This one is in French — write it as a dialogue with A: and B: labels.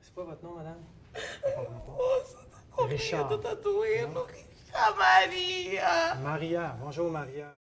A: C'est quoi votre nom, madame?
B: Richard.
A: Richard.
B: Maria.
A: Maria. Bonjour, Maria.